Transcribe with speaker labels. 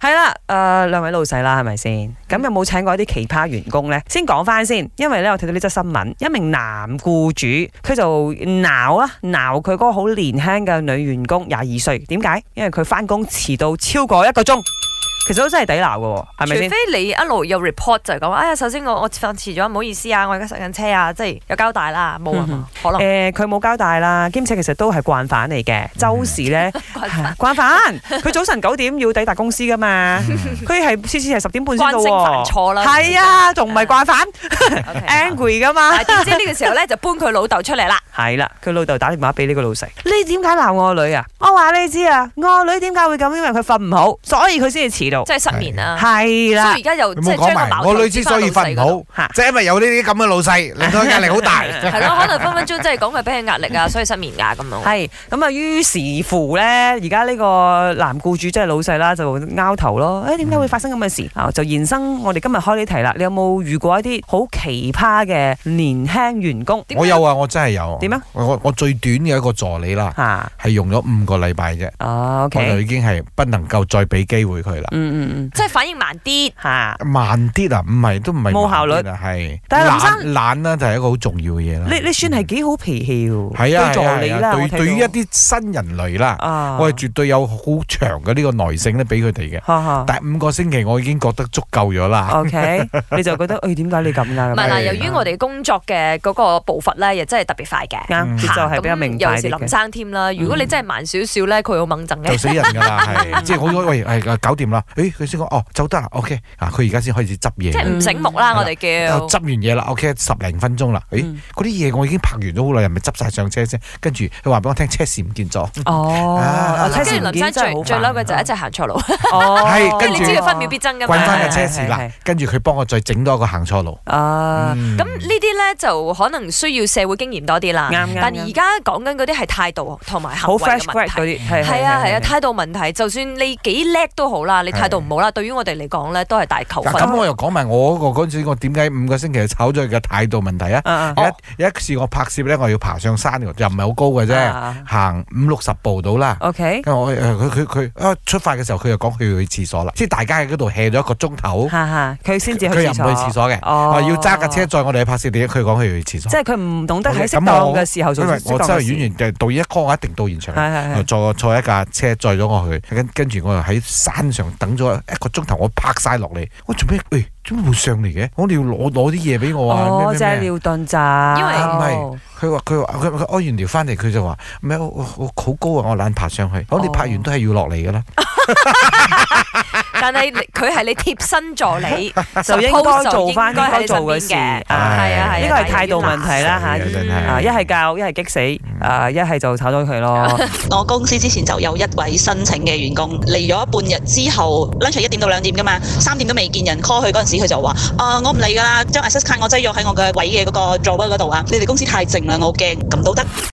Speaker 1: 系啦，诶、兩位老細啦，係咪先？咁有冇請過一啲奇葩員工呢？先講翻先，因為咧我睇到呢則新聞，一名男僱主佢就鬧啦，鬧佢嗰個好年輕嘅女員工廿二歲，點解？因為佢翻工遲到超過一個鐘，其實都真係抵鬧嘅喎，係咪先
Speaker 2: 除？非你一路有 report 就係講，哎呀，首先我我瞓遲咗，唔好意思啊，我而家塞緊車啊，即係有交代啦，冇啊嘛，可能
Speaker 1: 嗯誒佢冇交代啦，兼且其實都係慣犯嚟嘅。周時 咧慣犯，佢早晨九點要抵達公司噶嘛，佢係次次係十點半先
Speaker 2: 慣
Speaker 1: 到
Speaker 2: 性犯
Speaker 1: 喎。
Speaker 2: 錯啦，
Speaker 1: 係啊，仲唔係慣犯
Speaker 2: OK，
Speaker 1: angry 噶嘛
Speaker 2: 但？係點知呢個時候咧就搬佢老豆出嚟啦，
Speaker 1: 係啦，佢老豆打電話俾呢個老細，你點解鬧我女啊？我話你知啊，我女點解會咁？因為佢瞓唔好，所以佢先至遲到。
Speaker 2: 即係失眠啊，
Speaker 1: 係
Speaker 2: 所
Speaker 1: 啦
Speaker 2: 以而，家又
Speaker 3: 你
Speaker 2: 即
Speaker 3: 冇
Speaker 2: 係
Speaker 3: 講
Speaker 2: 將個
Speaker 3: 埋，
Speaker 2: 矛
Speaker 3: 我
Speaker 2: 頭
Speaker 3: 女
Speaker 2: 指
Speaker 3: 之
Speaker 2: 翻
Speaker 3: 所
Speaker 2: 老
Speaker 3: 以
Speaker 2: 細
Speaker 3: 瞓
Speaker 2: 嗰度
Speaker 3: 唔好，就係因為有呢啲咁嘅老 細，令到佢壓力好大。
Speaker 2: 係咯，可能分分鐘真係講佢俾佢壓 力啊，所以失眠啊咁樣。
Speaker 1: 係咁啊。於是乎咧，而家呢個男僱主即係老細啦，就拗頭咯。誒點解會發生咁嘅事
Speaker 2: 嗯
Speaker 1: 啊？就延伸我哋今日開呢題啦。你有冇遇過一啲好奇葩嘅年輕員工
Speaker 2: 點解
Speaker 3: 我有啊，我真係有。
Speaker 1: 點啊？
Speaker 3: 我我最短嘅一個助理啦，
Speaker 1: 嚇？
Speaker 3: 係用咗五個禮拜啫，
Speaker 1: 哦
Speaker 3: 我就
Speaker 1: ，OK，
Speaker 3: 已經係不能夠再俾機會佢啦。
Speaker 1: 嗯嗯嗯，
Speaker 2: 即係反應慢啲，
Speaker 1: 嚇。
Speaker 3: 慢啲啊，唔係都唔係
Speaker 1: 冇效率
Speaker 3: 慢啲啊，係
Speaker 1: 但係林
Speaker 3: 懶懶啦，就係一個好重要嘅嘢啦。
Speaker 1: 你你算係幾好脾氣喎？
Speaker 3: 嗯係
Speaker 1: 對
Speaker 3: 啊，係啊
Speaker 1: 助理
Speaker 3: 係
Speaker 1: 啦，
Speaker 3: 啊
Speaker 1: 我
Speaker 3: 對
Speaker 1: 睇
Speaker 3: 對於一
Speaker 1: 到
Speaker 3: 啲新人類啦，
Speaker 1: 啊，
Speaker 3: 我係絕對有好長嘅呢個耐性咧，俾佢哋嘅。
Speaker 1: 哈哈
Speaker 3: 但係五個星期我已經覺得足夠咗啦。
Speaker 1: OK，你就覺得誒點解你咁㗎？咁樣
Speaker 2: 唔係啦，
Speaker 3: 係
Speaker 2: 由於我哋工作嘅嗰個步伐咧，又真係特別快嘅。
Speaker 1: 啱，
Speaker 3: 嗯
Speaker 1: 節奏係比較明
Speaker 2: 咁
Speaker 1: 快
Speaker 2: 尤
Speaker 1: 啲
Speaker 2: 其是林
Speaker 1: 嘅。
Speaker 2: 生添啦，如果你真係慢少少咧，佢好掹憎
Speaker 3: 就
Speaker 1: 嗯
Speaker 2: 嘅。
Speaker 3: 死人㗎啦， 係即係好喂係啊搞掂啦，誒佢先講哦走得啦，OK 啊佢而家先開始執嘢
Speaker 2: 即，係唔醒目啦，我哋叫
Speaker 3: 啊執完嘢啦，OK 十零分鐘啦，誒
Speaker 1: 嗯
Speaker 3: 嗰啲嘢我已經拍完咗好耐，又咪執晒上車先，跟住佢話俾我聽車匙唔見咗，啊
Speaker 1: 哦，
Speaker 3: 跟
Speaker 1: 車
Speaker 3: 住
Speaker 1: 匙
Speaker 2: 跟住
Speaker 1: 唔
Speaker 2: 林
Speaker 1: 見真係
Speaker 2: 生最
Speaker 1: 好
Speaker 2: 最嬲嘅就
Speaker 1: 煩
Speaker 2: 係一
Speaker 1: 啊
Speaker 2: 直行錯路，
Speaker 1: 哦，
Speaker 3: 係
Speaker 2: 跟
Speaker 3: 跟
Speaker 2: 住你知佢分秒必爭噶嘛。
Speaker 3: 滾翻
Speaker 1: 嘅
Speaker 3: 個車匙
Speaker 1: 啊係係
Speaker 3: 啦
Speaker 1: 係，
Speaker 3: 跟住佢幫我再整多一個行錯路。
Speaker 1: 啊，
Speaker 3: 嗯
Speaker 2: 咁呢啲咧就可能需要社會經驗多啲啦。
Speaker 1: 啱啱。
Speaker 2: 但而家講緊嗰啲係態度同埋行
Speaker 1: 好
Speaker 2: 為
Speaker 1: fresh
Speaker 2: 嘅
Speaker 1: grad
Speaker 2: 問
Speaker 1: 嗰
Speaker 2: 題。
Speaker 1: 啲，係
Speaker 2: 係啊係啊，態度問題，就算你幾叻都好啦，你態度唔好啦，對於我哋嚟講咧都係大扣分。
Speaker 1: 啊
Speaker 3: 嗱咁我又講埋我嗰個嗰陣時，我點解五個星期炒咗佢嘅態度問題啊？
Speaker 1: 啊啊
Speaker 3: 有一有一次我拍攝咧，我要爬上山嘅，又唔係好高嘅啫，
Speaker 1: 啊
Speaker 3: 行五六十步到啦。
Speaker 1: ，OK，
Speaker 3: 跟住我誒佢佢佢啊出發嘅時候，佢就講佢要去廁所啦，即係大家喺嗰度 hea 咗一個鐘頭，
Speaker 1: 哈哈，佢先至去
Speaker 3: 佢又唔去廁，所嘅，
Speaker 1: 哦
Speaker 3: 啊要揸架車載我哋去拍攝地，佢講佢要去廁
Speaker 1: 即
Speaker 3: 所。
Speaker 1: 係佢唔懂得喺
Speaker 3: OK，
Speaker 1: 適
Speaker 3: 咁
Speaker 1: 當
Speaker 3: 我
Speaker 1: 嘅時候做
Speaker 3: 因為
Speaker 1: 適
Speaker 3: 我
Speaker 1: 當
Speaker 3: 真
Speaker 1: 嘅
Speaker 3: 係
Speaker 1: 事。
Speaker 3: 演完導演一 call，我一定到現場
Speaker 1: 係。係係，
Speaker 3: 坐坐一架車載咗我去，跟跟住我又喺山上等咗一個鐘頭，我拍晒落嚟，我做咩？喂，做咩會上嚟嘅？我哋要攞攞啲嘢俾我啊！
Speaker 1: 哦，
Speaker 3: 咩
Speaker 1: 即
Speaker 3: 咩
Speaker 1: 係
Speaker 3: 咩
Speaker 1: 尿遁咋？
Speaker 2: 因為
Speaker 3: 啊唔係佢話佢話佢佢屙完尿翻嚟，佢就話咩？我我我好高啊，我懶爬上去。我哋拍完都係要落嚟噶啦，
Speaker 2: 但係你佢係你貼身助理，
Speaker 1: 就應該做翻應
Speaker 2: 應該喺
Speaker 1: 該
Speaker 2: 你
Speaker 1: 做
Speaker 2: 身
Speaker 1: 嘅
Speaker 2: 邊
Speaker 1: 事。
Speaker 2: 嘅。
Speaker 1: 啊
Speaker 2: 係啊係啊，
Speaker 1: 呢個係態度問題啦嚇
Speaker 3: 死啊真
Speaker 2: 嗯
Speaker 3: 係
Speaker 1: 啊，一係教，一係激死，啊，一係就炒咗 佢咯。
Speaker 4: 我公司之前就有一位申請嘅員工嚟咗半日之後，lunch 係一點到兩點㗎嘛，三點都未見人 call 佢嗰陣時，佢就話：啊、我唔嚟㗎啦，將 access 卡我擠咗喺我嘅位嘅嗰個 drawer 嗰度啊，你哋公司太靜啦，我好驚，咁都得。